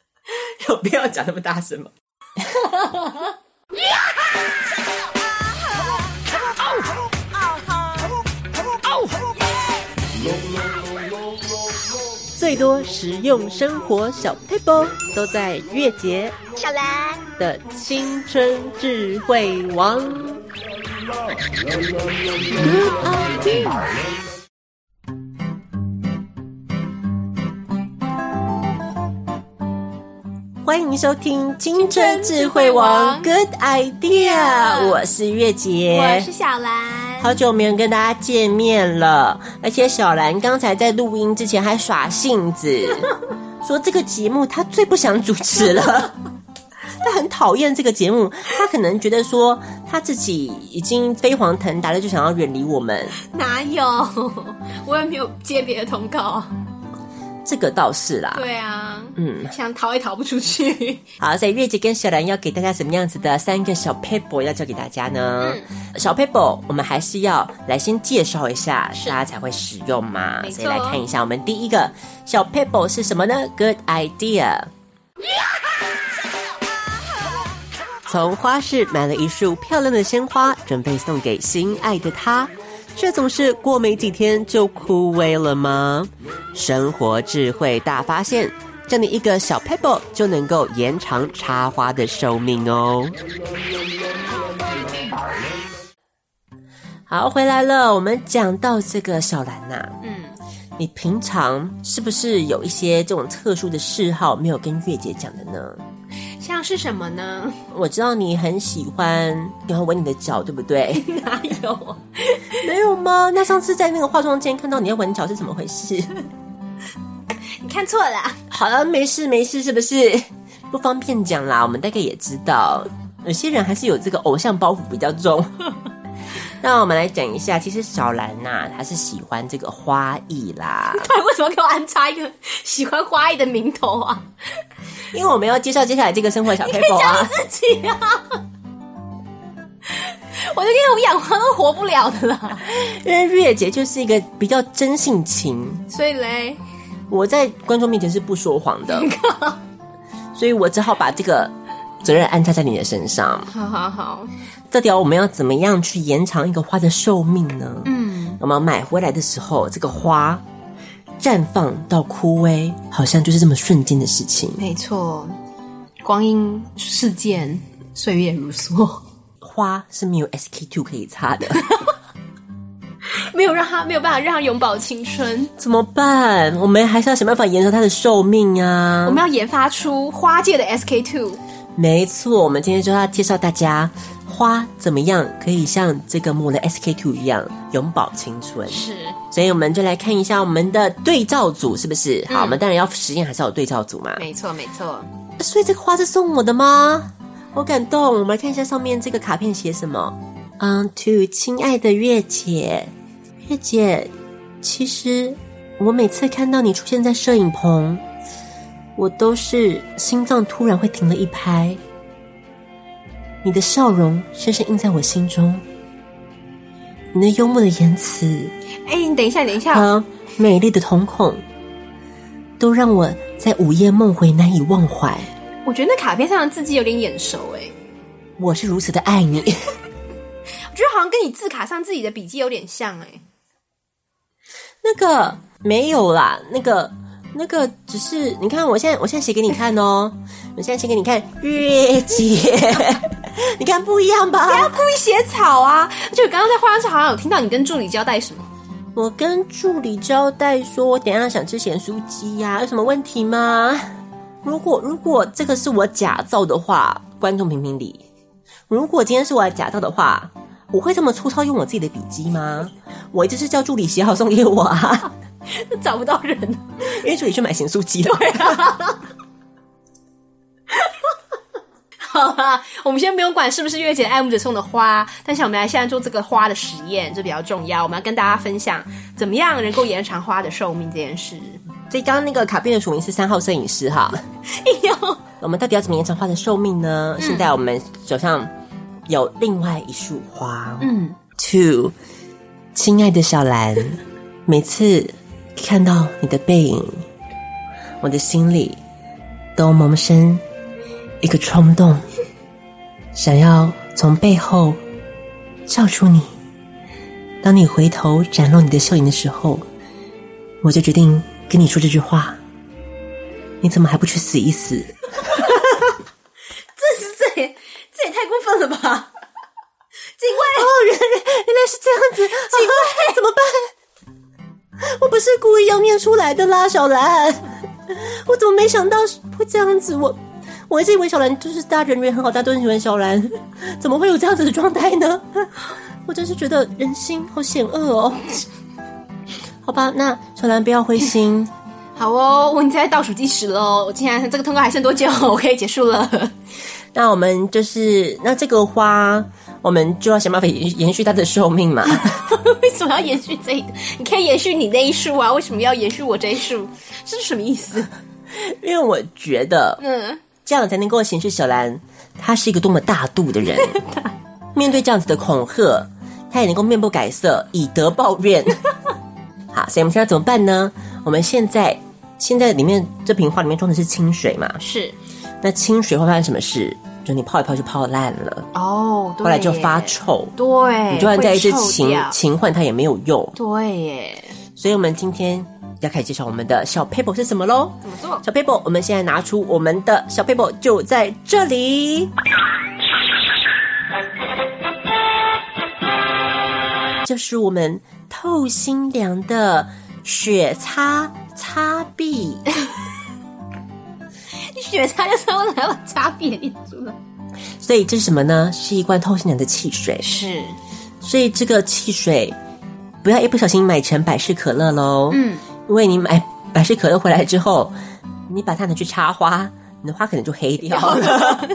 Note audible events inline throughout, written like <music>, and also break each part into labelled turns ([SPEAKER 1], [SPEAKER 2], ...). [SPEAKER 1] <laughs>
[SPEAKER 2] 有必要讲那么大声吗？
[SPEAKER 3] 哦哦
[SPEAKER 1] 最多实用生活小 paper 都在月节
[SPEAKER 3] 小兰，
[SPEAKER 1] 的青春智慧王。欢迎收听《青春智慧王》
[SPEAKER 3] 青
[SPEAKER 1] Good Idea，我是月杰，
[SPEAKER 3] 我是小兰。
[SPEAKER 1] 好久没有跟大家见面了，而且小兰刚才在录音之前还耍性子，说这个节目她最不想主持了。她很讨厌这个节目，她可能觉得说她自己已经飞黄腾达了，就想要远离我们。
[SPEAKER 3] <laughs> 哪有？ <laughs> 我也没有接别的通告。
[SPEAKER 1] 这个倒是啦，
[SPEAKER 3] 对啊，
[SPEAKER 1] 嗯，
[SPEAKER 3] 想逃也逃不出去。
[SPEAKER 1] 好，所以月姐跟小兰要给大家什么样子的三个小 paper 要教给大家呢？小 paper 我们还是要来先介绍一下，大家才会使用嘛。
[SPEAKER 3] 没错
[SPEAKER 1] 所以来看一下，我们第一个小 paper 是什么呢？Good idea。从花市买了一束漂亮的鲜花，准备送给心爱的他，却总是过没几天就枯萎了吗？生活智慧大发现，这样的一个小 pebble 就能够延长插花的寿命哦。好，回来了，我们讲到这个小兰啊呐、
[SPEAKER 3] 嗯，
[SPEAKER 1] 你平常是不是有一些这种特殊的嗜好没有跟月姐讲的呢？
[SPEAKER 3] <laughs> 像是什么呢？
[SPEAKER 1] 我知道你很喜欢有人闻你的脚，对不
[SPEAKER 3] <laughs>
[SPEAKER 1] 对？
[SPEAKER 3] <laughs> 哪有？
[SPEAKER 1] 没有吗？那上次在那个化妆间看到你要闻脚是怎么回
[SPEAKER 3] <laughs>
[SPEAKER 1] 事？
[SPEAKER 3] 你看错了。
[SPEAKER 1] 好了，没事没事，是不是？不方便讲啦，我们大概也知道，有些人还是有这个偶像包袱比较
[SPEAKER 3] <laughs>
[SPEAKER 1] 重。那我们来讲一下，其实小兰呐、她是喜欢这个花艺啦，
[SPEAKER 3] 到底为什么给我安插一个喜欢花艺的名头啊？
[SPEAKER 1] 因为我们要介绍接下来这个生活小 p a p
[SPEAKER 3] 讲你
[SPEAKER 1] 啊。
[SPEAKER 3] 自己啊！ <laughs> 我就跟你我养花都活不了的啦。
[SPEAKER 1] 因为月姐就是一个比较真性情，
[SPEAKER 3] 所以嘞，
[SPEAKER 1] 我在观众面前是不说谎的，所以我只好把这个责任安插在你的身上。
[SPEAKER 3] 好好好，
[SPEAKER 1] 这条我们要怎么样去延长一个花的寿命呢？嗯，我们买回来的时候，这个花绽放到枯萎，好像就是这么瞬间的事情。
[SPEAKER 3] 没错，光阴似箭，岁月如梭，
[SPEAKER 1] 花是没有 SK two 可以擦的，
[SPEAKER 3] 没有让他没有办法让他永葆青春。
[SPEAKER 1] 怎么办？我们还是要想办法延长它的寿命啊！
[SPEAKER 3] 我们要研发出花界的 SK two，
[SPEAKER 1] 没错，我们今天就要介绍大家花怎么样可以像这个抹了 SK two 一样永葆青春。
[SPEAKER 3] 是
[SPEAKER 1] 所以我们就来看一下我们的对照组是不是？好，我们当然要实验还是要有对照组嘛。
[SPEAKER 3] 没错没错。
[SPEAKER 1] 所以这个花是送我的吗？好感动！我们来看一下上面这个卡片写什么。嗯，to 亲爱的月姐，月姐，其实我每次看到你出现在摄影棚，我都是心脏突然会停了一拍。你的笑容深深印在我心中，你那幽默的言辞
[SPEAKER 3] 哎、你等一下等一下，
[SPEAKER 1] 和美丽的瞳孔，都让我在午夜梦回难以忘怀。
[SPEAKER 3] 我觉得那卡片上的字迹有点眼熟哎、
[SPEAKER 1] 我是如此的爱你， <laughs>
[SPEAKER 3] 我觉得好像跟你字卡上自己的笔记有点像哎、
[SPEAKER 1] 那个没有啦，那个那个只是你看，我现在我现在写给你看哦，我现在写给你看，月姐， <laughs> 你看不一样
[SPEAKER 3] 不要
[SPEAKER 1] 吧？
[SPEAKER 3] 故意写草啊！而且我刚刚在化妆室好像有听到你跟助理交代什么，
[SPEAKER 1] 我跟助理交代说，我等一下想吃咸酥鸡呀、有什么问题吗？如果如果这个是我假造的话，观众评评理。如果今天是我假造的话，我会这么粗糙用我自己的笔记吗？我就是叫助理写好送给我啊，
[SPEAKER 3] 找不到人。 <laughs>
[SPEAKER 1] 因为助理去买咸酥鸡 <laughs> 了。
[SPEAKER 3] 好啦，我们先不用管是不是月姐的爱慕者送的花，但是我们来现在做这个花的实验，这比较重要。我们要跟大家分享怎么样能够延长花的寿命这件事。 <laughs>
[SPEAKER 1] 所以刚刚那个卡片的署名是三号摄影师哈。
[SPEAKER 3] 哎呦，
[SPEAKER 1] 我们到底要怎么延长花的寿命呢？现在我们手上有另外一束花，
[SPEAKER 3] 嗯
[SPEAKER 1] ，Two，亲爱的小兰，每次看到你的背影，我的心里都萌生一个冲动，想要从背后叫出你。当你回头展露你的笑颜的时候，我就决定跟你说这句话。你怎么还不去死一死？
[SPEAKER 3] 这 <laughs> 是这也这也太过分了吧？警
[SPEAKER 1] 哦
[SPEAKER 3] 卫，，
[SPEAKER 1] 原来原来是这样子，奇怪，怎么办？我不是故意要念出来的啦，小兰， <laughs> 我怎么没想到是会这样子？我我一直以为小兰就是大家人缘很好，大家都很喜欢小兰， <laughs> 怎么会有这样子的状态呢？ <laughs> 我真是觉得人心好险恶哦。 <laughs> 好吧，那小兰不要灰心， <laughs>
[SPEAKER 3] 好哦，我已经在倒数计时喽。我今天这个通告还剩多久？我可以结束了。 <laughs>
[SPEAKER 1] 那我们就是那这个花，我们就要想办法延延续它的寿命嘛。
[SPEAKER 3] 为什么要延续这一？你可以延续你那一束啊，为什么要延续我这一束？这是什么意思？
[SPEAKER 1] 因为我觉得，
[SPEAKER 3] 嗯，
[SPEAKER 1] 这样才能够显示小兰她是一个多么大度
[SPEAKER 3] <laughs>
[SPEAKER 1] 的人。面对这样子的恐吓，她也能够面不改色，以德报
[SPEAKER 3] <laughs>
[SPEAKER 1] 怨。好，所以我们现在怎么办呢？我们现在现在里面这瓶花里面装的是清水嘛？
[SPEAKER 3] 是
[SPEAKER 1] 那清水会发生什么事？就你泡一泡就泡烂了，
[SPEAKER 3] 哦，对
[SPEAKER 1] 后来就
[SPEAKER 3] 耶
[SPEAKER 1] 发，臭。
[SPEAKER 3] 对，
[SPEAKER 1] 你就算再一次
[SPEAKER 3] 会臭
[SPEAKER 1] 勤
[SPEAKER 3] 掉
[SPEAKER 1] 勤换它也没有用。
[SPEAKER 3] 对耶，
[SPEAKER 1] 所以我们今天要开始介绍我们的小 paper 是什么喽？
[SPEAKER 3] 怎么做？
[SPEAKER 1] 小 paper，我们现在拿出我们的小 paper，就在这里。就是我们透心凉的雪擦擦壁，
[SPEAKER 3] 雪擦就是要来把擦别念出来，
[SPEAKER 1] 所以这是什么呢？是一罐透心凉的汽水。
[SPEAKER 3] 是
[SPEAKER 1] 所以这个汽水不要一不小心买成百事可乐喽。
[SPEAKER 3] 嗯，
[SPEAKER 1] 因为你买百事可乐回来之后，你把它拿去插花，你的花可能就黑掉了。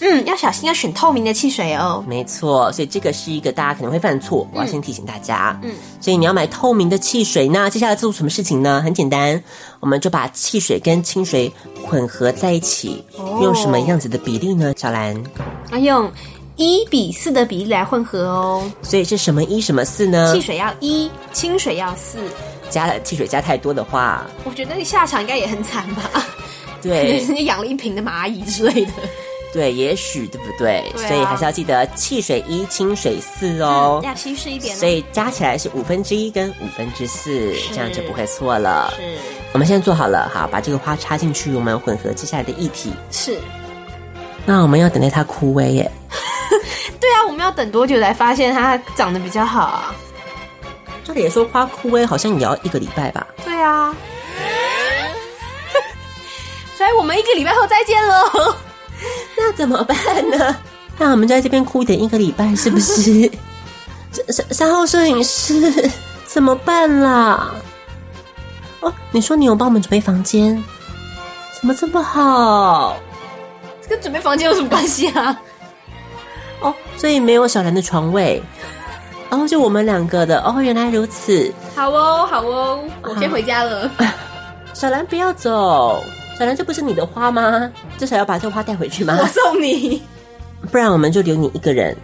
[SPEAKER 3] 嗯，要小心，要选透明的汽水哦。
[SPEAKER 1] 没错，所以这个是一个大家可能会犯错，我要先提醒大家。
[SPEAKER 3] 嗯
[SPEAKER 1] 所以你要买透明的汽水，那接下来做什么事情呢？很简单，我们就把汽水跟清水混合在一起，
[SPEAKER 3] 哦
[SPEAKER 1] 用什么样子的比例呢？小兰，
[SPEAKER 3] 要用一比四的比例来混合哦，
[SPEAKER 1] 所以是什么一什么四呢
[SPEAKER 3] 汽？水要一，清水要四。
[SPEAKER 1] 加了汽水加太多的话，
[SPEAKER 3] 我觉得你下场应该也很惨吧，
[SPEAKER 1] 哎
[SPEAKER 3] <laughs> 可能
[SPEAKER 1] 对
[SPEAKER 3] 人家养了一瓶的蚂蚁之类的。
[SPEAKER 1] 对，也许对不对？
[SPEAKER 3] 对啊
[SPEAKER 1] 所以还是要记得汽水一，清水四哦。
[SPEAKER 3] 要稀释一点哦。
[SPEAKER 1] 所以加起来是五分之一跟五分之四，
[SPEAKER 3] 是
[SPEAKER 1] 这样就不会错了。
[SPEAKER 3] 是
[SPEAKER 1] 我们现在做好了，好，把这个花插进去，我们混合接下来的液体。
[SPEAKER 3] 是，
[SPEAKER 1] 那我们要等待它枯萎耶。
[SPEAKER 3] 对啊，我们要等多久才发现它长得比较好啊？
[SPEAKER 1] 照理来说，花枯萎好像也要一个礼拜吧？
[SPEAKER 3] 对啊， <laughs> 所以我们一个礼拜后再见喽。
[SPEAKER 1] 那怎么办呢？那我们就在这边哭等一个礼拜，是不是？这三三号摄影师怎么办啦？哦，你说你有帮我们准备房间，怎么这么好？
[SPEAKER 3] <laughs> 这跟准备房间有什么关系啊？
[SPEAKER 1] 哦，所以没有小兰的床位，然、后就我们两个的。哦，原来如此。
[SPEAKER 3] 好哦，好哦，我先回家了。
[SPEAKER 1] 啊小兰不要走，小兰这不是你的花吗？至少要把这花带回去吗？
[SPEAKER 3] 我送你，
[SPEAKER 1] 不然我们就留你一个人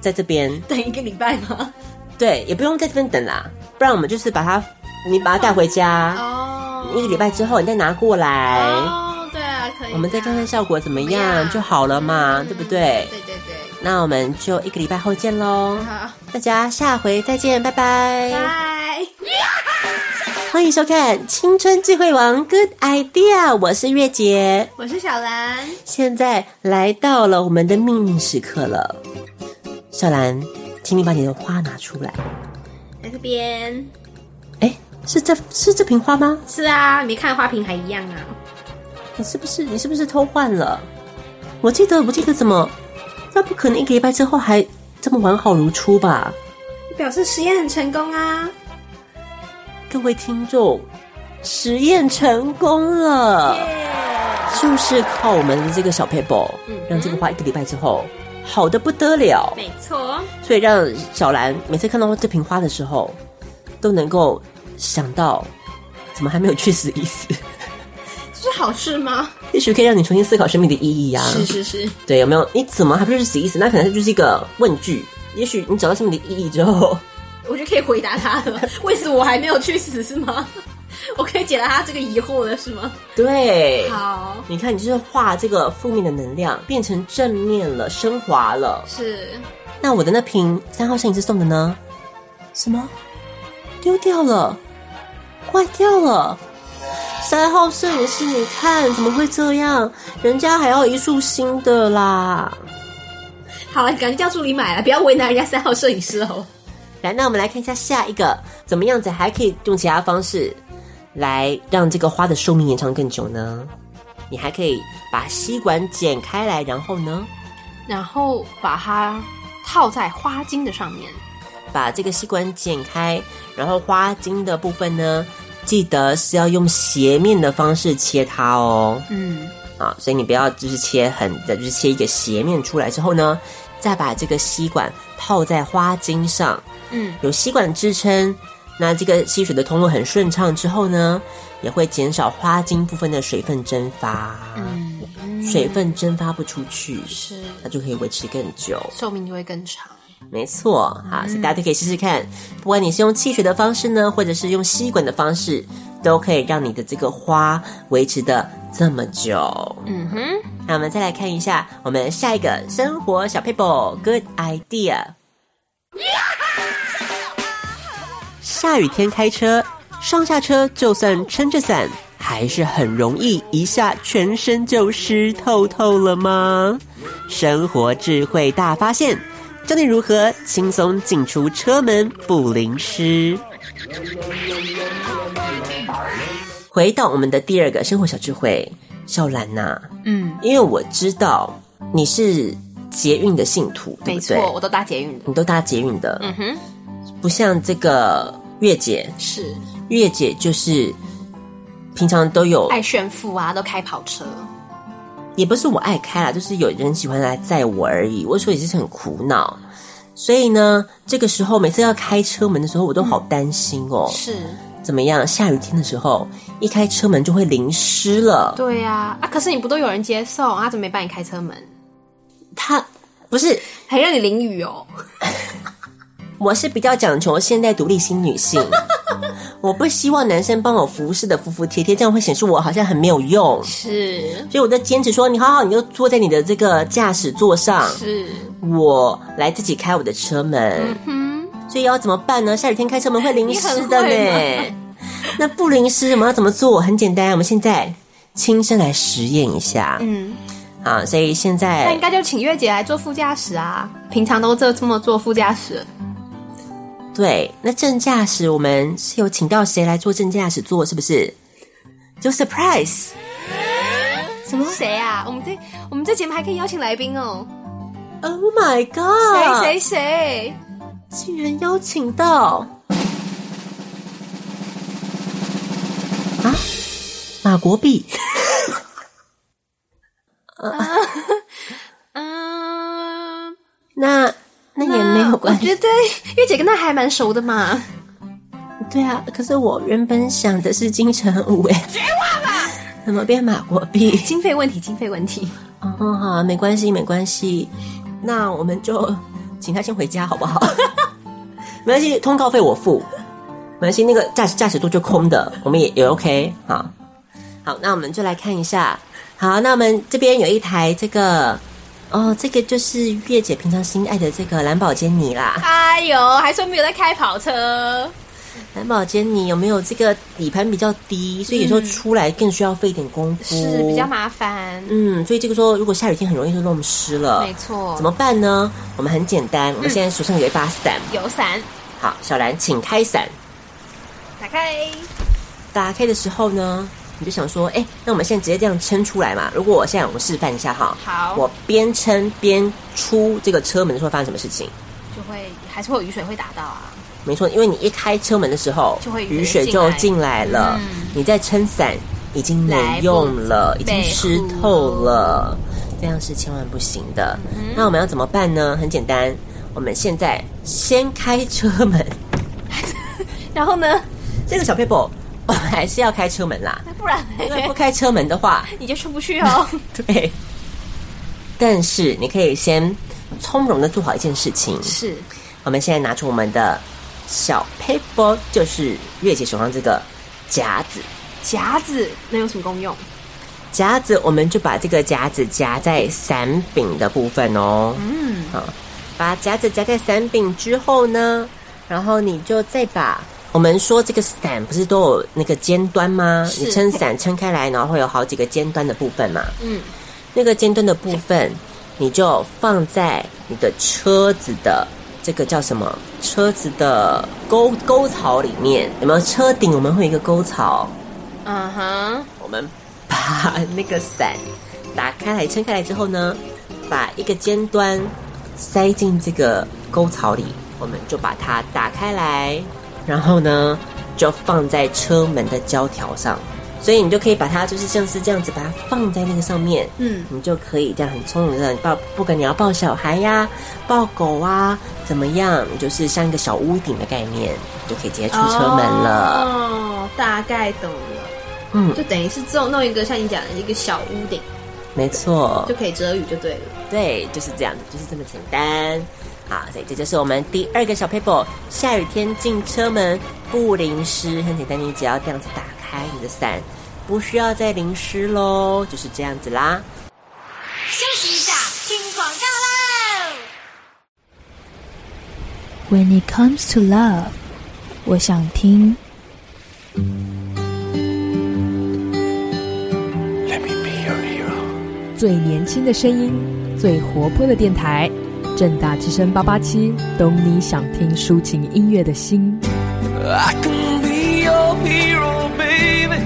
[SPEAKER 1] 在这边。
[SPEAKER 3] 等一个礼拜吗？
[SPEAKER 1] 对，也不用在这边等啦，不然我们就是把它，你把它带回家，
[SPEAKER 3] 哦
[SPEAKER 1] 啊一个礼拜之后你再拿过来，
[SPEAKER 3] 哦，对啊，可以。
[SPEAKER 1] 我们再看看效果怎么
[SPEAKER 3] 怎么
[SPEAKER 1] 样
[SPEAKER 3] 样
[SPEAKER 1] 就好了嘛，
[SPEAKER 3] 嗯
[SPEAKER 1] 啊对不对？
[SPEAKER 3] 对对对，
[SPEAKER 1] 那我们就一个礼拜后见喽，
[SPEAKER 3] 好，
[SPEAKER 1] 大家下回再见，拜拜！
[SPEAKER 3] 拜。
[SPEAKER 1] 欢迎收看《青春智慧王 Good Idea》，我是月姐。
[SPEAKER 3] 我是小兰，
[SPEAKER 1] 现在来到了我们的秘密时刻了，小兰，请你把你的花拿出来。
[SPEAKER 3] 在这边。
[SPEAKER 1] 哎，是这是这瓶花吗？
[SPEAKER 3] 是啊，你没看花瓶还一样啊？
[SPEAKER 1] 你是不是你是不是偷换了？我记得我记得怎么，那不可能一个礼拜之后还这么完好如初吧？
[SPEAKER 3] 表示实验很成功啊！
[SPEAKER 1] 各位听众，实验成功了，就是靠我们的这个小 paper，
[SPEAKER 3] 嗯
[SPEAKER 1] 让这个花一个礼拜之后好的不得了，
[SPEAKER 3] 没错，
[SPEAKER 1] 所以让小兰每次看到这瓶花的时候，都能够想到怎么还没有去死一死， <laughs>
[SPEAKER 3] 这是好事吗？
[SPEAKER 1] 也许可以让你重新思考生命的意义呀、
[SPEAKER 3] 是是是，
[SPEAKER 1] 对，有没有？你怎么还不是死意思？那可能就是一个问句。也许你找到生命的意义之后，
[SPEAKER 3] 我就可以回答他了。为什么我还没有去死是吗？ <laughs> 我可以解答他这个疑惑了，是吗？
[SPEAKER 1] 对，
[SPEAKER 3] 好，
[SPEAKER 1] 你看，你就是化这个负面的能量变成正面了，升华了。
[SPEAKER 3] 是
[SPEAKER 1] 那我的那瓶三号摄影师送的呢？什么？丢掉了？坏掉了？三号摄影师，你看怎么会这样？人家还要一束新的啦。
[SPEAKER 3] 好了，赶紧叫助理买了，啊不要为难人家三号摄影师哦。
[SPEAKER 1] 来，那我们来看一下下一个，怎么样子还可以用其他方式来让这个花的寿命延长更久呢？你还可以把吸管剪开来，然后呢，
[SPEAKER 3] 然后把它套在花茎的上面。
[SPEAKER 1] 把这个吸管剪开，然后花茎的部分呢，记得是要用斜面的方式切它哦。
[SPEAKER 3] 嗯，
[SPEAKER 1] 啊，所以你不要就是切很的，就是切一个斜面出来之后呢，再把这个吸管套在花茎上，
[SPEAKER 3] 嗯，
[SPEAKER 1] 有吸管的支撑，那这个吸水的通路很顺畅之后呢，也会减少花茎部分的水分蒸发，水分蒸发不出去，
[SPEAKER 3] 嗯是
[SPEAKER 1] 那就可以维持更久。
[SPEAKER 3] 寿命就会更长。
[SPEAKER 1] 没错，好，所以大家都可以试试看，不管你是用气水的方式呢，或者是用吸管的方式，都可以让你的这个花维持的这么久。
[SPEAKER 3] 嗯哼，
[SPEAKER 1] 那我们再来看一下我们下一个生活小 paper good idea。下雨天开车，上下车就算撑着伞，还是很容易一下全身就湿透透了吗？生活智慧大发现，教你如何轻松进出车门不淋湿。回到我们的第二个生活小智慧，小兰呐、
[SPEAKER 3] 嗯，
[SPEAKER 1] 因为我知道你是捷运的信徒，对
[SPEAKER 3] 没
[SPEAKER 1] 不
[SPEAKER 3] 错
[SPEAKER 1] 对？，
[SPEAKER 3] 我都搭捷运的。
[SPEAKER 1] 你都搭捷运的，
[SPEAKER 3] 嗯哼，
[SPEAKER 1] 不像这个月姐，
[SPEAKER 3] 是
[SPEAKER 1] 月姐就是平常都有，
[SPEAKER 3] 爱炫富啊，都开跑车。
[SPEAKER 1] 也不是我爱开啦，就是有人喜欢来载我而已。我说也是很苦恼，所以呢，这个时候每次要开车门的时候，我都好担心哦，
[SPEAKER 3] 是，
[SPEAKER 1] 怎么样？下雨天的时候，一开车门就会淋湿了。
[SPEAKER 3] 对呀、啊，可是你不都有人接送啊？怎么没帮你开车门？
[SPEAKER 1] 它不是
[SPEAKER 3] 还让你淋雨哦？
[SPEAKER 1] 我是比较讲求现代独立新女
[SPEAKER 3] <laughs>
[SPEAKER 1] 性，我不希望男生帮我服侍的服服帖帖，这样会显示我好像很没有用。
[SPEAKER 3] 是
[SPEAKER 1] 所以我在坚持说，你好好，你就坐在你的这个驾驶座上，
[SPEAKER 3] 是，
[SPEAKER 1] 我来自己开我的车门。
[SPEAKER 3] 嗯，
[SPEAKER 1] 所以要怎么办呢？下雨天开车门会淋湿的
[SPEAKER 3] 你很会
[SPEAKER 1] 呢。那不淋湿，我们要怎么做？很简单，我们现在亲身来实验一下。
[SPEAKER 3] 嗯，
[SPEAKER 1] 啊，所以现
[SPEAKER 3] 那
[SPEAKER 1] 在
[SPEAKER 3] 应该就请月姐来做副驾驶啊。平常都这这么做副驾驶，
[SPEAKER 1] 对，那正驾驶我们是有请到谁来做正驾驶座，是不是？就 surprise。
[SPEAKER 3] 什么？谁啊？我们这我们这节目还可以邀请来宾哦。
[SPEAKER 1] Oh my
[SPEAKER 3] 谁
[SPEAKER 1] god！
[SPEAKER 3] 谁谁？
[SPEAKER 1] 竟然邀请到啊？马国碧，
[SPEAKER 3] 嗯，
[SPEAKER 1] 那那也没有关
[SPEAKER 3] 我
[SPEAKER 1] 系。
[SPEAKER 3] 觉得月姐跟他还蛮熟的嘛。
[SPEAKER 1] 对啊，可是我原本想的是金城武哎，绝望吧？怎么变马国碧？
[SPEAKER 3] 经费问题，经费问题。
[SPEAKER 1] 嗯，好，没关系，没关系。那我们就 <laughs> 请他先回家好不好？ <laughs> 没关系，通告费我付。没关系，那个驾驶驾驶座就空的，我们也也 OK 好，好，那我们就来看一下。好，那我们这边有一台这个，哦，这个就是月姐平常心爱的这个蓝宝坚尼啦。
[SPEAKER 3] 哎呦，还说没有在开跑车。
[SPEAKER 1] 蓝宝坚尼有没有这个底盘比较低，所以有时候出来更需要费一点功夫，
[SPEAKER 3] 嗯是比较麻烦，嗯
[SPEAKER 1] 嗯，所以这个时候如果下雨天很容易就弄湿了，
[SPEAKER 3] 没错。
[SPEAKER 1] 怎么办呢？我们很简
[SPEAKER 3] 嗯
[SPEAKER 1] 单，我们现在手上有一把伞。
[SPEAKER 3] 有伞？
[SPEAKER 1] 好，小兰，请开伞。
[SPEAKER 3] 打开。
[SPEAKER 1] 打开的时候呢，你就想说，哎、那我们现在直接这样撑出来嘛？如果我现在我示范一下哈，
[SPEAKER 3] 好
[SPEAKER 1] 我边撑边出这个车门的时候，发生什么事情？
[SPEAKER 3] 就会还是会有雨水会打到啊。
[SPEAKER 1] 没错，因为你一开车门的时候，
[SPEAKER 3] 就会
[SPEAKER 1] 雨
[SPEAKER 3] 雨水
[SPEAKER 1] 水
[SPEAKER 3] 进
[SPEAKER 1] 就
[SPEAKER 3] 来
[SPEAKER 1] 进来了，
[SPEAKER 3] 嗯
[SPEAKER 1] 你再撑伞已经没用了，
[SPEAKER 3] 来
[SPEAKER 1] 已
[SPEAKER 3] 不及
[SPEAKER 1] 经湿透了，这样是千万不行的。
[SPEAKER 3] 嗯
[SPEAKER 1] 那我们要怎么办呢？很简单，我们现在先开车门。
[SPEAKER 3] 然后呢？
[SPEAKER 1] 这个小 paper <laughs> 我们还是要开车门啦，
[SPEAKER 3] 那不然
[SPEAKER 1] 因为不开车门的话，
[SPEAKER 3] 你就出不去哦。
[SPEAKER 1] 对。但是你可以先从容的做好一件事情。
[SPEAKER 3] <laughs> 是，
[SPEAKER 1] 我们现在拿出我们的小 paper，就是月姐手上这个夹子。
[SPEAKER 3] 夹子能有什么功用？
[SPEAKER 1] 夹子，我们就把这个夹子夹在伞柄的部分哦。
[SPEAKER 3] 嗯，
[SPEAKER 1] 好，把夹子夹在伞柄之后呢，然后你就再把我们说这个伞不是都有那个尖端吗？
[SPEAKER 3] 是
[SPEAKER 1] 你撑伞撑开来，然后会有好几个尖端的部分嘛。
[SPEAKER 3] 嗯，
[SPEAKER 1] 那个尖端的部分，你就放在你的车子的这个叫什么？车子的沟沟槽里面有没有车顶？我们会有一个沟槽，
[SPEAKER 3] 嗯哼，
[SPEAKER 1] 我们把那个伞打开来，撑开来之后呢，把一个尖端塞进这个沟槽里，我们就把它打开来，然后呢就放在车门的胶条上，所以你就可以把它就是像是这样子把它放在那个上面，
[SPEAKER 3] 嗯
[SPEAKER 1] 你就可以这样很从容的抱，不管你要抱小孩呀、抱狗啊，怎么样，你就是像一个小屋顶的概念，你就可以直接出车门了。
[SPEAKER 3] 哦，大概懂了，
[SPEAKER 1] 嗯，
[SPEAKER 3] 就等于是这种弄一个像你讲的一个小屋顶，
[SPEAKER 1] 没错
[SPEAKER 3] 就，可以遮雨就对了。
[SPEAKER 1] 对，就是这样子，就是这么简单。好，所以这就是我们第二个小 paper。下雨天进车门不淋湿，很简单，你只要这样子打开你的伞，不需要再淋湿喽，就是这样子啦。
[SPEAKER 2] 休息一下，听广告喽。
[SPEAKER 4] When it comes to love，我想听。
[SPEAKER 5] Let me be your hero.
[SPEAKER 4] 最年轻的声音，最活泼的电台，正大之声八八七，懂你想听抒情音乐的心。
[SPEAKER 5] I can be your hero, baby.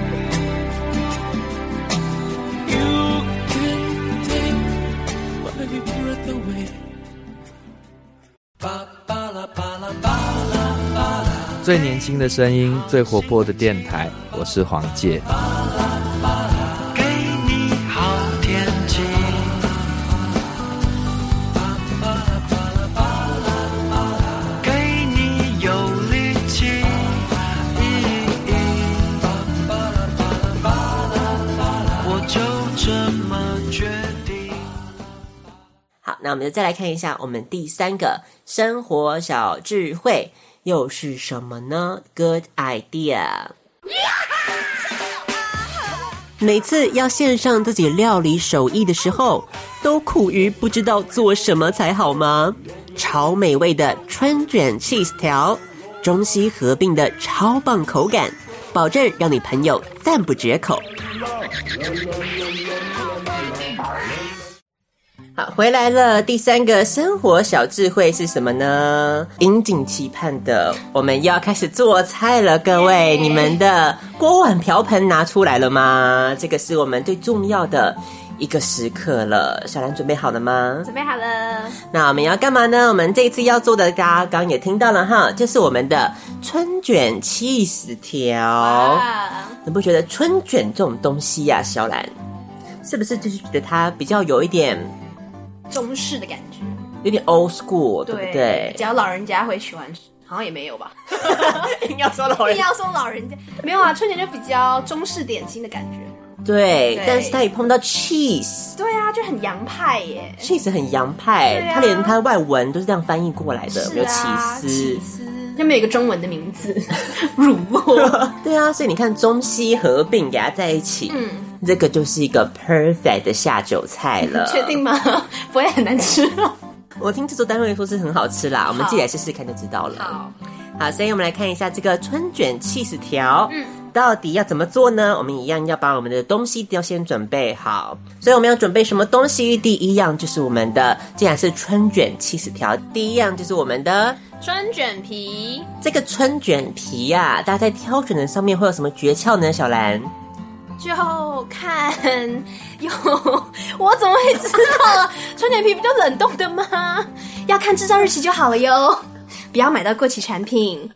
[SPEAKER 5] You can take my breath away. Ba ba la ba la ba la ba la
[SPEAKER 6] 最年轻的声音，最活泼的电台，我是黄玠。
[SPEAKER 5] 给你好天气。巴巴拉巴拉巴拉巴拉，给你有力气。巴巴拉巴拉巴拉巴拉，我就这么决定。
[SPEAKER 1] 好，那我们就再来看一下我们第三个生活小智慧又是什么呢？Good idea。每次要献上自己料理手艺的时候，都苦于不知道做什么才好吗？超美味的春卷 cheese 条，中西合并的超棒口感，保证让你朋友赞不绝口。好，回来了。第三个生活小智慧是什么呢？引颈期盼的，我们要开始做菜了，各位，你们的锅碗瓢盆拿出来了吗？这个是我们最重要的一个时刻了。小兰准备好了吗？
[SPEAKER 3] 准备好了，
[SPEAKER 1] 那我们要干嘛呢？我们这一次要做的，大家刚刚也听到了哈，就是我们的春卷 cheese 条。
[SPEAKER 3] 哇
[SPEAKER 1] 你不觉得春卷这种东西呀、小兰，是不是就是觉得它比较有一点？
[SPEAKER 3] 中式的感觉，
[SPEAKER 1] 有点 old school，对不对
[SPEAKER 3] 只？要老人家会喜欢吃，好像也没
[SPEAKER 1] <laughs>
[SPEAKER 3] 有吧。
[SPEAKER 1] 硬要说老
[SPEAKER 3] 一定要说老人家没有啊，春节就比较中式点心的感觉。
[SPEAKER 1] 对，
[SPEAKER 3] 对
[SPEAKER 1] 但是他也碰到 cheese，cheese
[SPEAKER 3] 对啊，就很洋派耶。
[SPEAKER 1] 很洋派，
[SPEAKER 3] 对啊
[SPEAKER 1] 他连他外文都是这样翻译过来的，有没有起
[SPEAKER 3] 啊，
[SPEAKER 1] 司
[SPEAKER 3] 起。司，那边有一个中文的名字， <laughs> 乳酪。
[SPEAKER 1] 对啊，所以你看中西合并给它在一起，
[SPEAKER 3] 嗯，
[SPEAKER 1] 这个就是一个 perfect 的下酒菜了。
[SPEAKER 3] <laughs> 确？定吗？不会很难吃哦。
[SPEAKER 1] 我听制作单位说是很好吃啦，我们自己来试试看就知道了。
[SPEAKER 3] 好，
[SPEAKER 1] <laughs> 好，所以我们来看一下这个春卷 cheese 条，嗯，到底要怎么做呢？我们一样要把我们的东西要先准备好。所以我们要准备什么东西？第一样就是我们的，既然是春卷 cheese 条，第一样就是我们的
[SPEAKER 3] 春卷皮
[SPEAKER 1] 这个春卷皮呀、大家在挑选的上面会有什么诀窍呢？小兰，
[SPEAKER 3] 就看有，我怎么会知道啊？春卷皮不就冷冻的吗？要看制造日期就好了哟，不要买到过期产品，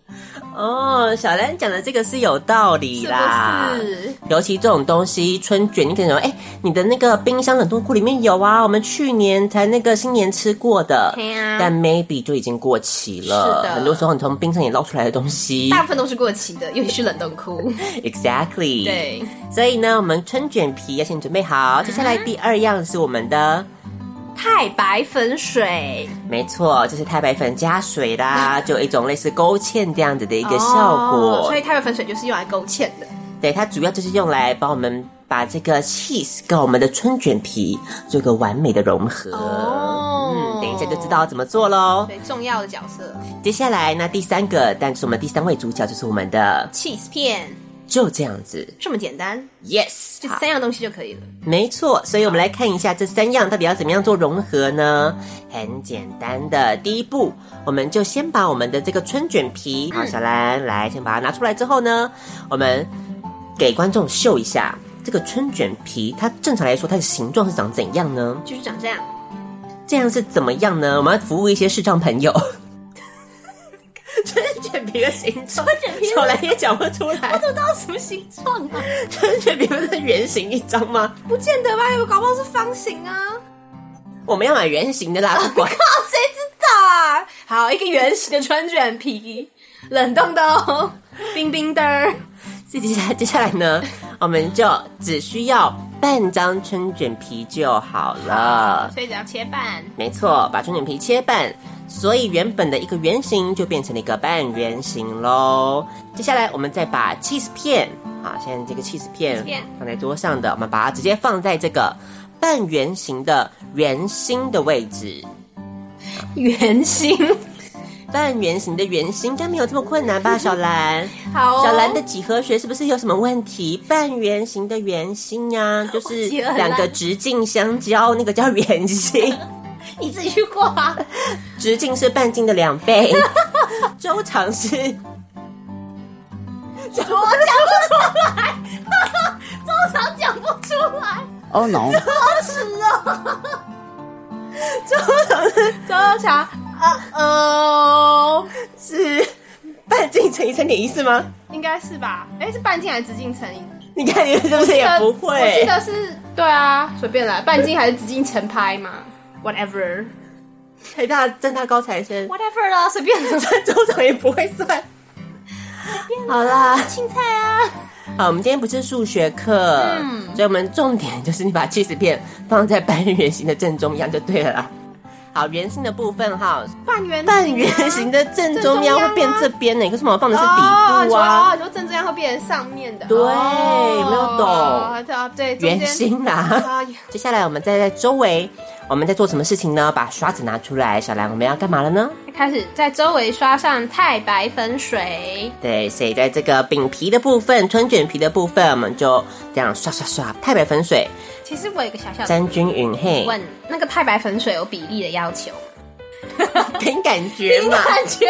[SPEAKER 1] 哦，小兰讲的这个是有道理
[SPEAKER 3] 是
[SPEAKER 1] 啦。
[SPEAKER 3] 不是？
[SPEAKER 1] 尤其这种东西，春卷，你可能说，哎、你的那个冰箱冷冻库里面有啊，我们去年才那个新年吃过的，
[SPEAKER 3] 对啊
[SPEAKER 1] 但 maybe 就已经过期了。
[SPEAKER 3] 是的
[SPEAKER 1] 很多时候你从冰箱里捞出来的东西
[SPEAKER 3] 大部分都是过期的，尤其是冷冻库。
[SPEAKER 1] ，exactly。，
[SPEAKER 3] 对，嗯
[SPEAKER 1] 所以呢，我们春卷皮要先准备好。接下来第二样是我们的，
[SPEAKER 3] 太白粉水
[SPEAKER 1] 没错，就是太白粉加水
[SPEAKER 3] <laughs>
[SPEAKER 1] 啦，就有一种类似勾芡这样子的一个效果。
[SPEAKER 3] 哦哦所以太白粉水就是用来勾芡的。
[SPEAKER 1] 对，它主要就是用来帮我们把这个 cheese 跟我们的春卷皮做一个完美的融合。
[SPEAKER 3] 哦
[SPEAKER 1] 嗯，等一下就知道怎么做喽。
[SPEAKER 3] 对，重要的角色
[SPEAKER 1] 接下来那第三个，但是我们第三位主角就是我们的，
[SPEAKER 3] ，cheese 片
[SPEAKER 1] 就这样子
[SPEAKER 3] 这么简单，
[SPEAKER 1] ，yes，
[SPEAKER 3] 就
[SPEAKER 1] 好
[SPEAKER 3] 三样东西就可以了。
[SPEAKER 1] 没错，所以我们来看一下这三样到底要怎么样做融合呢？很简单的，第一步，我们就先把我们的这个春卷皮，好，小兰来先把它拿出来之后呢，我们给观众秀一下这个春卷皮，它正常来说它的形状是长怎样呢？
[SPEAKER 3] 就是长这样，
[SPEAKER 1] 这样是怎么样呢？我们要服务一些视障朋友。 <laughs> 春卷皮的形状，春卷
[SPEAKER 3] 皮
[SPEAKER 1] 小兰也讲不出来。
[SPEAKER 3] 不知道什么形状啊？
[SPEAKER 1] 春卷皮不是圆形一张吗？
[SPEAKER 3] 不见得吧，有搞不好是方形啊。
[SPEAKER 1] 我们要买圆形的啦，不管。
[SPEAKER 3] 靠，谁知道啊？好，一个原始的春卷皮，冷冻的哦，冰冰的儿。
[SPEAKER 1] 所以接下来接下来
[SPEAKER 3] <laughs>
[SPEAKER 1] 呢，我们就只需要半张春卷皮就好了。
[SPEAKER 3] 所以只要切半，
[SPEAKER 1] 没错，把春卷皮切半，所以原本的一个圆形就变成了一个半圆形喽。接下来我们再把 cheese 片，好，现在这个 cheese 片
[SPEAKER 3] cheese 片
[SPEAKER 1] 放在桌上的，我们把它直接放在这个半圆形的圆心的位置。
[SPEAKER 3] 圆心。
[SPEAKER 1] 半圆形的圆心应该没有这么困难吧，小兰？
[SPEAKER 3] 好、哦，
[SPEAKER 1] 小兰的几何学是不是有什么问题？半圆形的圆心
[SPEAKER 3] <laughs>
[SPEAKER 1] 啊，就
[SPEAKER 3] 我
[SPEAKER 1] 是
[SPEAKER 3] 记得很烂
[SPEAKER 1] 两个直径相交，那个叫圆心，
[SPEAKER 3] 你自己去画。
[SPEAKER 1] <laughs> 直径是半径的两
[SPEAKER 3] <laughs>
[SPEAKER 1] 倍，周长是
[SPEAKER 3] 我讲不出来，周长讲不出来，
[SPEAKER 7] 哦 no，
[SPEAKER 3] 好耻哦。周长，周长，啊哦，
[SPEAKER 1] 是半径乘以三点一四吗？
[SPEAKER 3] 应该是吧？哎，是半径还是直径乘以？
[SPEAKER 1] 你看你们是不是也不会？
[SPEAKER 3] 我记得呃是，对啊，随便啦，半径还是直径乘拍嘛，whatever。
[SPEAKER 1] 台大正大高材生， <laughs>
[SPEAKER 3] whatever 啦，随便
[SPEAKER 1] 周长也不会算。好啦，
[SPEAKER 3] 青菜啊，
[SPEAKER 1] 好，我们今天不是数学课，所以我们重点就是你把 cheese 片放在半圆形的正中央就对了啦。好，圆心的部分哈，
[SPEAKER 3] 半圆
[SPEAKER 1] 半圆形的嗯正中央会变这边呢、可是我们放的是底
[SPEAKER 3] 哦，
[SPEAKER 1] 部啊，
[SPEAKER 3] 哦，你说正中央会变成上面的，
[SPEAKER 1] 对
[SPEAKER 3] 哦
[SPEAKER 1] 没有懂
[SPEAKER 3] 哦对，中间
[SPEAKER 1] 圆心啦。
[SPEAKER 3] 啊，
[SPEAKER 1] 接下来我们再在周围，我们在做什么事情呢？把刷子拿出来，小兰，我们要干嘛了呢？
[SPEAKER 3] 开始在周围刷上太白粉水，
[SPEAKER 1] 对，所以在这个饼皮的部分、春卷皮的部分，我们就这样刷刷刷，太白粉水
[SPEAKER 3] 其实我有一个小小的
[SPEAKER 1] 沾均匀，嘿， <laughs>
[SPEAKER 3] 问，那个太白粉水有比例的要求吗？
[SPEAKER 1] 凭感觉 <laughs> 嘛。
[SPEAKER 3] 感觉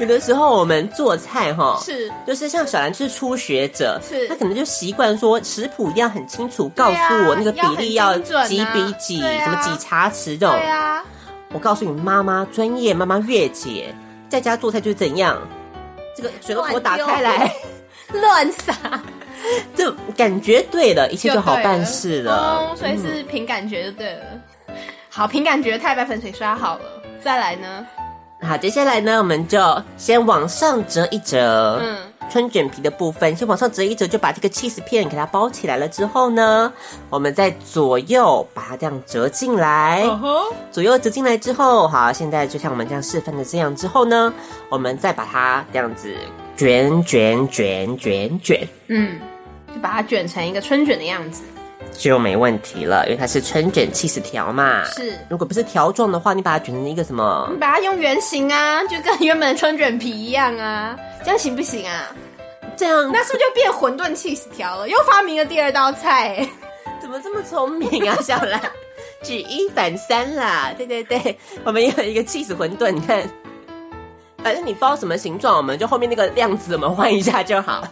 [SPEAKER 1] 有的时候我们做菜哈，
[SPEAKER 3] 是
[SPEAKER 1] 就是像小兰是初学者，
[SPEAKER 3] 是啊
[SPEAKER 1] 她可能就习惯说食谱一定要很清楚告诉我那个比例
[SPEAKER 3] 要
[SPEAKER 1] 要
[SPEAKER 3] 很精准啊
[SPEAKER 1] 几比几，
[SPEAKER 3] 对啊
[SPEAKER 1] 什么几茶匙这种。
[SPEAKER 3] 对啊，
[SPEAKER 1] 我告诉你，妈妈专业，妈妈月姐在家做菜就是怎样，这个水龙头打开
[SPEAKER 3] 乱
[SPEAKER 1] 来，
[SPEAKER 3] 乱撒
[SPEAKER 1] <laughs> 就感觉对了，一切就好
[SPEAKER 3] 对了
[SPEAKER 1] 办事了。
[SPEAKER 3] 哦，所以是凭感觉就对了。好，凭感觉太白粉水刷好了，再来呢？
[SPEAKER 1] 好，接下来呢，我们就先往上折一折，嗯
[SPEAKER 3] 嗯，
[SPEAKER 1] 春卷皮的部分先往上折一折，就把这个 cheese 片给它包起来了。之后呢，我们再左右把它这样折进来，
[SPEAKER 3] 哦
[SPEAKER 1] 左右折进来之后，好，现在就像我们这样示范的这样之后呢，我们再把它这样子卷卷卷卷卷
[SPEAKER 3] 嗯，就把它卷成一个春卷的样子。
[SPEAKER 1] 就没问题了，因为它是春卷 cheese 条嘛。
[SPEAKER 3] 是
[SPEAKER 1] 如果不是条状的话，你把它卷成一个什么 <laughs>
[SPEAKER 3] 你？把它用圆形啊，就跟原本的春卷皮一样啊，这样行不行啊？
[SPEAKER 1] 这样
[SPEAKER 3] 那是不是就变混沌气死条了？又发明了第二道菜、
[SPEAKER 1] 怎么这么聪明啊，小 <laughs> 兰？举一反三啦，对对对，我们也有一个 cheese 馄饨，你看，反正你包什么形状，我们就后面那个量子我们换一下就好。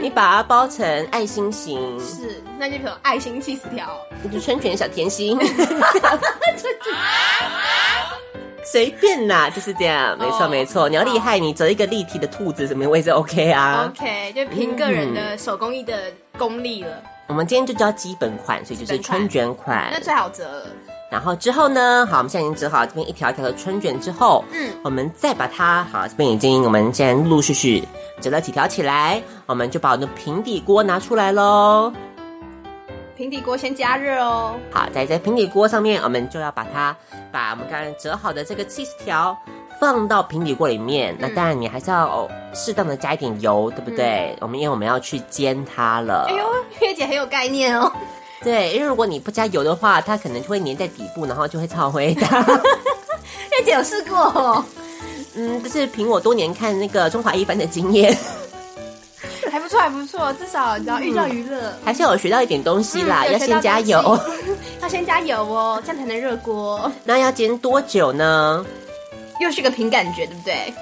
[SPEAKER 1] 你把它包成爱心形，
[SPEAKER 3] 是，那就有爱心气死条。
[SPEAKER 1] 你就春卷小甜心， <laughs> 随便啦，就是这样，没错
[SPEAKER 3] 哦
[SPEAKER 1] 没错。你要厉害，你折一个立体的兔子什么我也是 OK 啊。
[SPEAKER 3] OK，就凭个人的手工艺的功力了，
[SPEAKER 1] 我们今天就叫基本款，所以就是
[SPEAKER 3] 基本款
[SPEAKER 1] 春卷款。
[SPEAKER 3] 那最好折了。
[SPEAKER 1] 然后之后呢，好，我们现在已经折好这边一条一条的春卷之后，
[SPEAKER 3] 嗯，
[SPEAKER 1] 我们再把它好，这边已经我们现在陆陆续续折了几条起来，我们就把我们的平底锅拿出来喽。
[SPEAKER 3] 平底锅先加热哦，
[SPEAKER 1] 好，在这平底锅上面，我们就要把它把我们刚才折好的这个 cheese 条放到平底锅里面，那当然你还是要适当的加一点油，对不对？我们因为我们要去煎它了。
[SPEAKER 3] 哎呦，月姐很有概念哦。 <laughs>
[SPEAKER 1] 对，因为如果你不加油的话，它可能就会粘在底部，然后就会超灰的。
[SPEAKER 3] 月姐有试过哦，
[SPEAKER 1] 嗯，就是凭我多年看那个中华一番的经验，
[SPEAKER 3] <laughs> 还不错，还不错，至少你知道寓教于乐。
[SPEAKER 1] 还是有学到一点东西啦。
[SPEAKER 3] 嗯
[SPEAKER 1] 要先加油，，
[SPEAKER 3] 要先加油哦，这样才能热锅。
[SPEAKER 1] 那要煎多久呢？
[SPEAKER 3] 又是个凭感觉，对不对？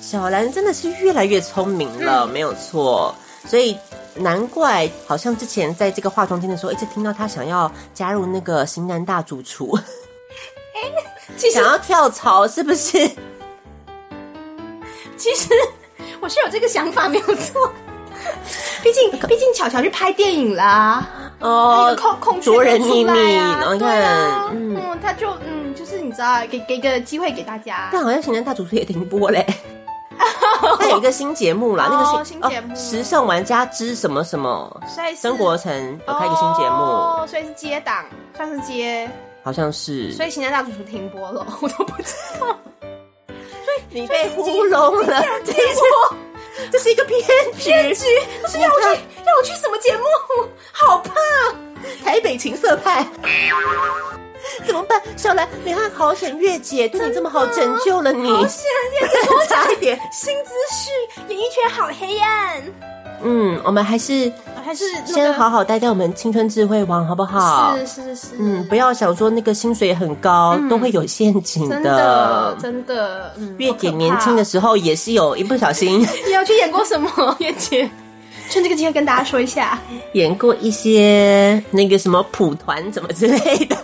[SPEAKER 1] 小兰真的是越来越聪明了，
[SPEAKER 3] 嗯
[SPEAKER 1] 没有错，所以。难怪，好像之前在这个化妆间的时候，一直听到她想要加入那个型男大主
[SPEAKER 3] <laughs>
[SPEAKER 1] 厨，
[SPEAKER 3] 其实
[SPEAKER 1] 想要跳槽，是不是？
[SPEAKER 3] <laughs> 其实我是有这个想法，没有错。 <laughs> 毕竟毕竟巧巧去拍电影啦，
[SPEAKER 1] 哦
[SPEAKER 3] 那个，控控制
[SPEAKER 1] 卓人秘密，然后
[SPEAKER 3] 啊，
[SPEAKER 1] 你
[SPEAKER 3] 对
[SPEAKER 1] 看
[SPEAKER 3] 啊，，
[SPEAKER 1] 嗯，
[SPEAKER 3] 嗯，他就嗯，就是你知道，给给个机会给大家。
[SPEAKER 1] 但好像型男大主厨也停播
[SPEAKER 3] <laughs>
[SPEAKER 1] 嘞。他有一个新节目啦，那
[SPEAKER 3] 哦
[SPEAKER 1] 个
[SPEAKER 3] 新节目
[SPEAKER 1] 时尚玩家之什么什么
[SPEAKER 3] 所以是
[SPEAKER 1] 曾国城有开一个新节目，
[SPEAKER 3] 哦，所以是接档，算是接，
[SPEAKER 1] 好像是，
[SPEAKER 3] 所以《形象大主厨》停播了，我都不知
[SPEAKER 1] <laughs>
[SPEAKER 3] 道。
[SPEAKER 1] 你被糊弄了， <laughs> 这是这是一个骗局，骗局，
[SPEAKER 3] 不是要我去要我去什么节目？好怕！
[SPEAKER 1] 台北情色派。怎么办，小兰？你看，好险，月姐对你这么好，拯救了你， <laughs> 差一点。
[SPEAKER 3] 新资讯，演艺圈好黑暗。
[SPEAKER 1] 嗯，我们还是
[SPEAKER 3] 还是那个
[SPEAKER 1] 先好好待在我们青春智慧网，好不好？
[SPEAKER 3] 是是是，
[SPEAKER 1] 嗯，不要想说那个薪水很高，都会有陷阱
[SPEAKER 3] 真的真的，嗯，
[SPEAKER 1] 月姐年轻的时候也是有一不小心
[SPEAKER 3] 候， <laughs> 你有去演过什么？月姐，趁这个机会跟大家说一下，
[SPEAKER 1] <laughs> 演过一些那个什么蒲团怎么之类的，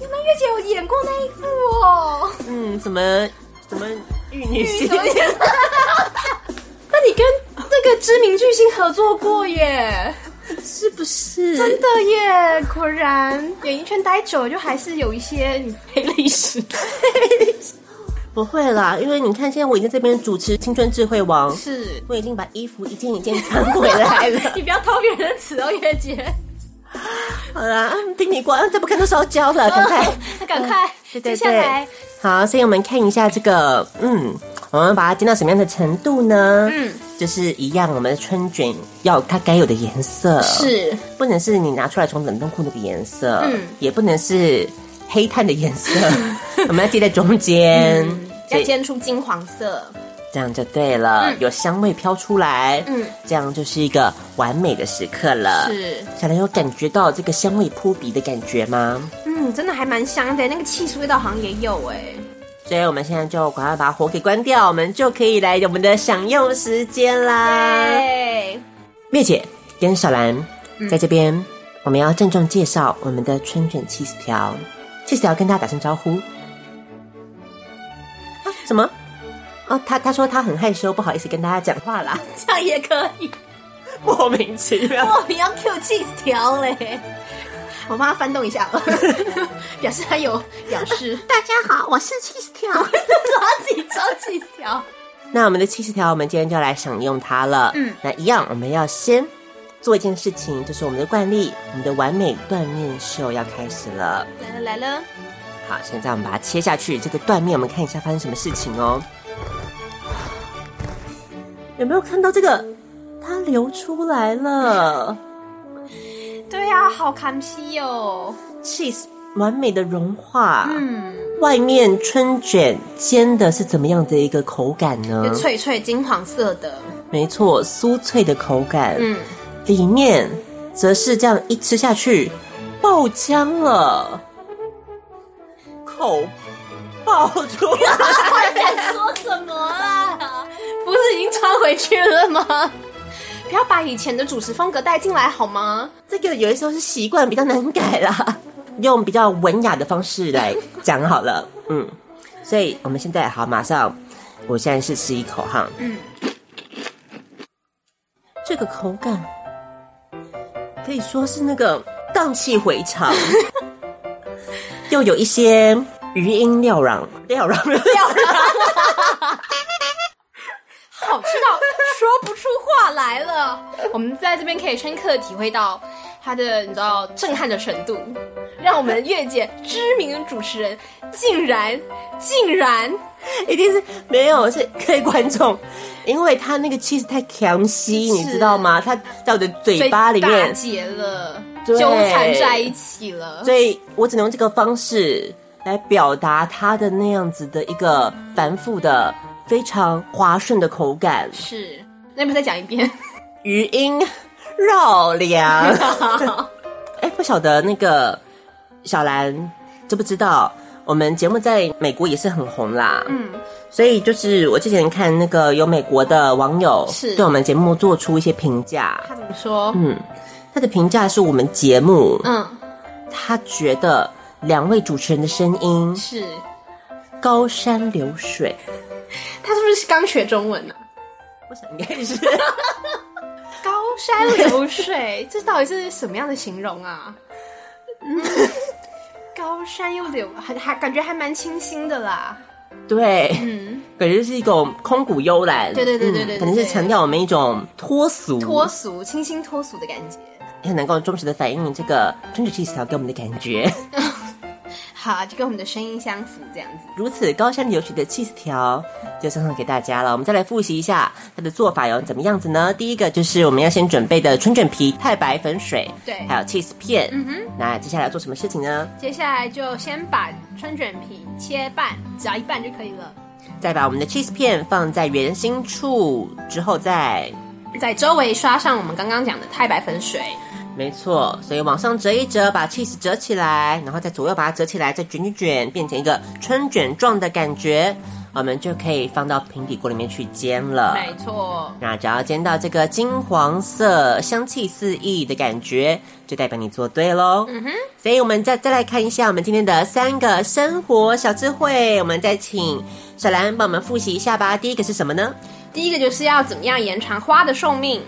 [SPEAKER 3] 原来月姐有演过那一部 <laughs> 哦。
[SPEAKER 1] 嗯，什么什么玉女心
[SPEAKER 3] 什么演？ <laughs> 那你跟那个知名巨星合作过耶？
[SPEAKER 1] 是不是？
[SPEAKER 3] <laughs> 真的耶，果然演艺圈待久了，就还是有一些 <laughs> 黑历史。
[SPEAKER 1] 不会啦，因为你看现在我已经在这边主持青春智慧王，
[SPEAKER 3] <laughs> 是，。
[SPEAKER 1] 我已经把衣服一件一件穿回来了
[SPEAKER 3] <laughs> 你不要偷别人的词哦，月姐，
[SPEAKER 1] 好啦，嗯听你光，再不看都烧焦了，赶
[SPEAKER 3] <laughs>
[SPEAKER 1] 快。
[SPEAKER 3] 赶快，
[SPEAKER 1] 对对
[SPEAKER 3] 接下来
[SPEAKER 1] 对，好，所以我们看一下这个，嗯，我们把它煎到什么样的程度呢？
[SPEAKER 3] 嗯，
[SPEAKER 1] 就是一样，我们的春卷要它该有的颜色，
[SPEAKER 3] 是
[SPEAKER 1] 不能是你拿出来从冷冻库那个颜色，
[SPEAKER 3] 嗯
[SPEAKER 1] 也不能是黑炭的颜
[SPEAKER 3] <laughs>
[SPEAKER 1] 色，我们要接在中间，所
[SPEAKER 3] 嗯要
[SPEAKER 1] 以
[SPEAKER 3] 煎出金黄色。
[SPEAKER 1] 这样就对了，有香味飘出来，
[SPEAKER 3] 嗯，
[SPEAKER 1] 这样就是一个完美的时刻了。
[SPEAKER 3] 是，
[SPEAKER 1] 小兰有感觉到这个香味扑鼻的感觉吗？
[SPEAKER 3] 嗯，真的还蛮香的，那个气素味道好像也有哎。
[SPEAKER 1] 所以我们现在就赶快把火给关掉，我们就可以来我们的享用时间啦。
[SPEAKER 3] 哎，
[SPEAKER 1] 月姐跟小兰
[SPEAKER 3] 嗯
[SPEAKER 1] 在这边，我们要郑重介绍我们的春卷七十条。七十条跟大家打声招呼。啊，
[SPEAKER 3] 啊
[SPEAKER 1] 什么？哦，他他说他很害羞，不好意思跟大家讲话
[SPEAKER 3] <laughs>
[SPEAKER 1] 啦，
[SPEAKER 3] 这样也可以， <laughs>
[SPEAKER 1] 莫名其妙。
[SPEAKER 3] 莫名要 Q 气条嘞。我帮他翻动一下， <laughs> 表示他有表示。 <laughs> 大家好，我是 cheese 条，我要自己装 cheese 条。
[SPEAKER 1] 那我们的七十条，我们今天就来享用它了。
[SPEAKER 3] 嗯，
[SPEAKER 1] 那一样，我们要先做一件事情，就是我们的惯例，我们的完美断面秀要开始了。
[SPEAKER 3] 来了来了，
[SPEAKER 1] 好，现在我们把它切下去，这个断面我们看一下发生什么事情哦。有没有看到这个？它流出来了
[SPEAKER 3] 对啊，好看戏哦。
[SPEAKER 1] ，cheese 完美的融化。
[SPEAKER 3] 嗯，
[SPEAKER 1] 外面春卷煎的是怎么样的一个口感呢？
[SPEAKER 3] 就脆脆金黄色的，
[SPEAKER 1] 没错，酥脆的口感。
[SPEAKER 3] 嗯，
[SPEAKER 1] 里面则是这样一吃下去，爆浆了，口爆出来。
[SPEAKER 3] 还在说什么啊？不是已经穿回去了吗？不要把以前的主持风格带进来好吗？
[SPEAKER 1] 这个有的时候是习惯比较难改啦，用比较文雅的方式来讲好了。嗯，所以我们现在好，马上，我现在是吃一口哈。
[SPEAKER 3] 嗯，
[SPEAKER 1] 这个口感可以说是那个荡气回肠，又有一些余音缭绕，缭绕，缭绕。
[SPEAKER 3] 好吃到说不出话来了。我们在这边可以深刻地体会到它的你知道震撼的程度。让我们月姐知名主持人竟然竟然
[SPEAKER 1] <laughs> 一定是没有是各位观众，因为他那个 cheese 太强吸，你知道吗？他在我的嘴
[SPEAKER 3] 被
[SPEAKER 1] 巴里
[SPEAKER 3] 打
[SPEAKER 1] 面，
[SPEAKER 3] 结了，
[SPEAKER 1] 对
[SPEAKER 3] 纠缠在一起了。
[SPEAKER 1] 所以我只能用这个方式来表达他的那样子的一个繁复的、非常滑顺的口感，
[SPEAKER 3] 是，那边再讲一遍。
[SPEAKER 1] 余音绕梁。哎，不晓得那个小兰知不知道，我们节目在美国也是很红啦。嗯，所以就是我之前看那个有美国的网友
[SPEAKER 3] 是
[SPEAKER 1] 对我们节目做出一些评价，
[SPEAKER 3] 他怎么说？
[SPEAKER 1] 他的评价是我们节目，
[SPEAKER 3] 嗯，
[SPEAKER 1] 他觉得两位主持人的声音
[SPEAKER 3] 是，
[SPEAKER 1] 高山流水，
[SPEAKER 3] 他是不是刚学中文呢、啊
[SPEAKER 1] 我想应该是
[SPEAKER 3] 高山流水， <laughs> 这到底是什么样的形容啊？嗯，高山又流，还还感觉还蛮清新的啦。
[SPEAKER 1] <laughs> 对，
[SPEAKER 3] 嗯，
[SPEAKER 1] 感觉是一种空谷幽兰，
[SPEAKER 3] 对对对对对对
[SPEAKER 1] 可能是强调我们一种脱俗，
[SPEAKER 3] 脱俗，清新脱俗的感觉。
[SPEAKER 1] 也能够忠实的反映这个春子 cheese 条给我们的感觉。 <laughs>
[SPEAKER 3] 好，就跟我们的声音相符，这样子。
[SPEAKER 1] 如此高山流水的 cheese 条就送上给大家了。我们再来复习一下它的做法有怎么样子呢？第一个就是我们要先准备的春卷皮、太白粉水，
[SPEAKER 3] 对
[SPEAKER 1] 还有 cheese 片。嗯哼，那接下来做什么事情呢？
[SPEAKER 3] 接下来就先把春卷皮切半，只要一半就可以了，
[SPEAKER 1] 再把我们的 cheese 片放在圆心处之后再，
[SPEAKER 3] 在周围刷上我们刚刚讲的太白粉水。
[SPEAKER 1] 没错，所以往上折一折，把 cheese 折起来，然后再左右把它折起来，再卷卷卷，变成一个春卷状的感觉，我们就可以放到平底锅里面去煎了。
[SPEAKER 3] 没错，
[SPEAKER 1] 那只要煎到这个金黄色、香气四溢的感觉，就代表你做对喽。嗯哼。所以我们再再来看一下我们今天的三个生活小智慧，我们再请小兰帮我们复习一下吧。第一个是什么呢？
[SPEAKER 3] 第一个就是要怎么样延长花的寿命。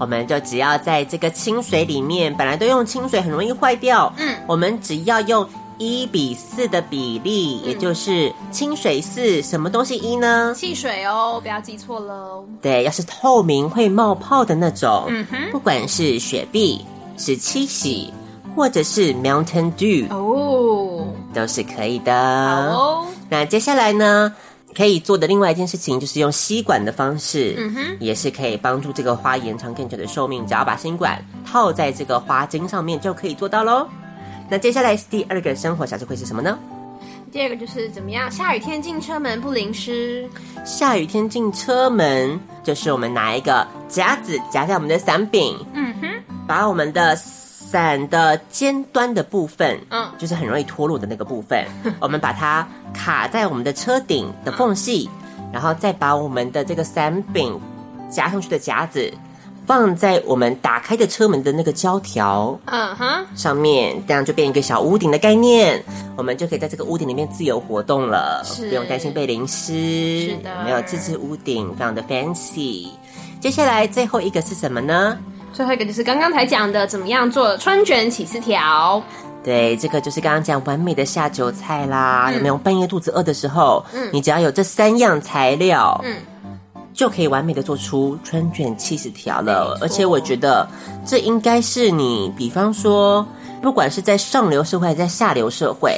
[SPEAKER 1] 我们就只要在这个清水里面，本来都用清水很容易坏掉，嗯，我们只要用一比四的比例，
[SPEAKER 3] 嗯
[SPEAKER 1] 也就是清水四，什么东西一呢？
[SPEAKER 3] 汽水哦，不要记错喽。
[SPEAKER 1] 对，要是透明会冒泡的那种，
[SPEAKER 3] 嗯
[SPEAKER 1] 不管是雪碧、十七喜，或者是 Mountain Dew，、
[SPEAKER 3] 哦，
[SPEAKER 1] 都是可以的。
[SPEAKER 3] 好哦，
[SPEAKER 1] 那接下来呢，可以做的另外一件事情就是用吸管的方式，也是可以帮助这个花延长更久的寿命。只要把吸管套在这个花茎上面就可以做到喽。那接下来第二个生活小智慧是什么呢？
[SPEAKER 3] 第二个就是怎么样，下雨天进车门不淋湿。
[SPEAKER 1] 下雨天进车门，就是我们拿一个夹子夹在我们的伞柄，嗯哼，把我们的伞的尖端的部分，
[SPEAKER 3] 嗯
[SPEAKER 1] 就是很容易脱落的那个部 <laughs> 分，我们把它卡在我们的车顶的缝隙，然后再把我们的这个伞柄夹上去的夹子放在我们打开的车门的那个胶条，
[SPEAKER 3] 嗯哼，
[SPEAKER 1] 上面，这样就变一个小屋顶的概念，我们就可以在这个屋顶里面自由活动了，
[SPEAKER 3] 是
[SPEAKER 1] 不用担心被淋湿。
[SPEAKER 3] 是的
[SPEAKER 1] 没有自制屋顶，非常的 fancy。接下来最后一个是什么呢？
[SPEAKER 3] 最后一个就是刚刚才讲的，怎么样做春卷起司条。
[SPEAKER 1] 对，这个就是刚刚讲完美的下酒菜
[SPEAKER 3] 嗯
[SPEAKER 1] 啦。有没有半夜肚子饿的时候，你只要有这三样材料，
[SPEAKER 3] 嗯
[SPEAKER 1] 就可以完美的做出春卷七十条了
[SPEAKER 3] 没。错
[SPEAKER 1] 而且我觉得这应该是你，比方说，不管是在上流社会还是在下流社会。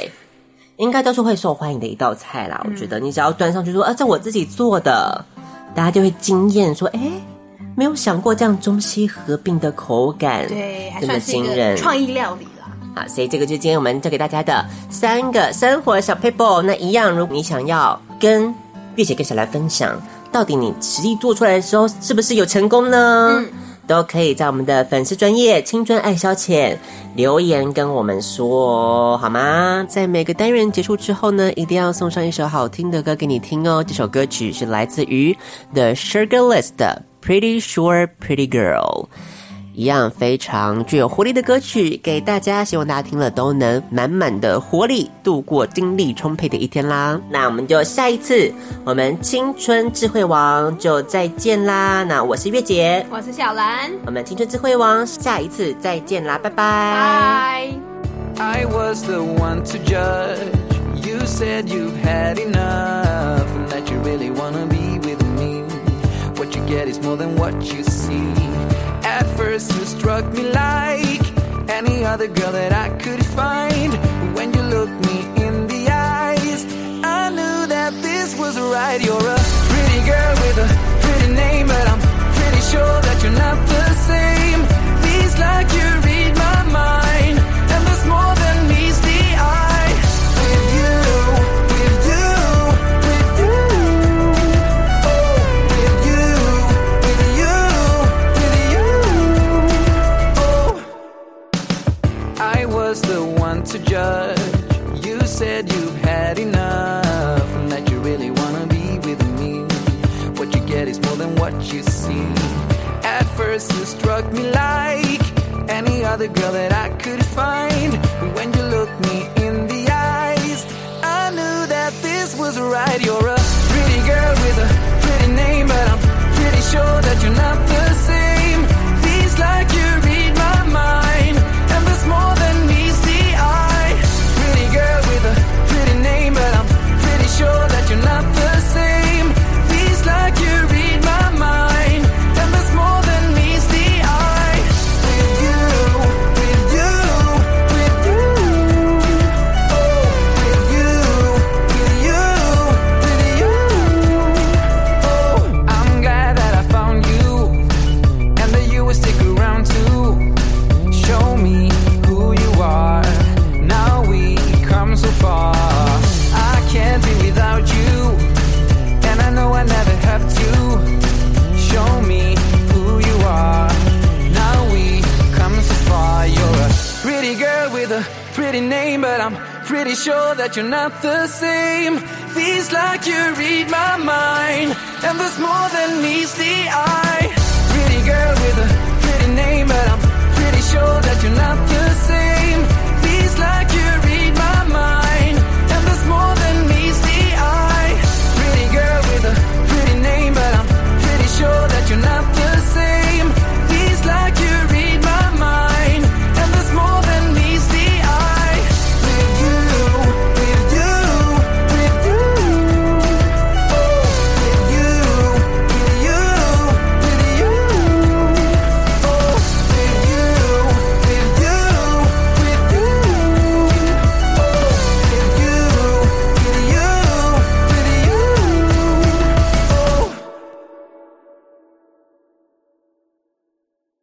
[SPEAKER 1] 应该都是会受欢迎的一道菜啦，
[SPEAKER 3] 嗯
[SPEAKER 1] 我觉得你只要端上去说，啊，这我自己做的，大家就会惊艳，说，哎，没有想过这样中西合并的口感，
[SPEAKER 3] 对，还
[SPEAKER 1] 这么
[SPEAKER 3] 算是一
[SPEAKER 1] 惊人
[SPEAKER 3] 个，创意料理啦。
[SPEAKER 1] 好，所以这个就是今天我们教给大家的三个生活小 paper。那一样，如果你想要跟月姐跟小兰分享，到底你实际做出来的时候是不是有成功呢？都可以在我们的粉丝专业青春爱消遣留言跟我们说哦，好吗？在每个单元结束之后呢，一定要送上一首好听的歌给你听哦。这首歌曲是来自于 The Sugarless 的《Pretty Sure Pretty Girl》。一样非常具有活力的歌曲给大家，希望大家听了都能满满的活力度过精力充沛的一天啦。那我们就下一次我们青春智慧王就再见啦。那我是月姐，
[SPEAKER 3] 我是小兰，
[SPEAKER 1] 我们青春智慧王下一次再见啦，拜拜。
[SPEAKER 3] 拜。
[SPEAKER 5] I was the one to judge. You said you've had enough and that you really wanna be with me. What you get is more than what you see. At first, you struck me like any other girl that I could find. When you looked me in the eyes, I knew that this was right. You're a pretty girl with a pretty name, but I'm pretty sure that you're not the same. Feels like you read my mind, and there's more than meets the eye. With you, with you, with you, oh, with you, with you, with you, oh. I was the one to judge. You said you've had enough and that you really wanna be with me. What you get is more than what you see. At first, you struck me like any other girl that I could find. When you looked me in the eyes, I knew that this was right. You're a pretty girl with a pretty name, but I'm pretty sure that you're not the same. Feels like you read my mind, and there's more than meets the eye. Pretty girl with a pretty name, but I'm pretty sure that you're not the same. Feels like you read my mind, and there's more than meets the eye. With you, with you, with you, oh, with you, with you, with you, oh. I'm glad that I found you and that you will stick around too. Show me who you are. Now we come so far. I can't be without you, and I know I never have to. Show me who you are. Now we come so far. You're a pretty girl with a pretty name, but I'm pretty sure that you're not the same. Feels like you read my mind, and there's more than meets the eye. Pretty girl with a pretty name, but I'm pretty sure that you're not the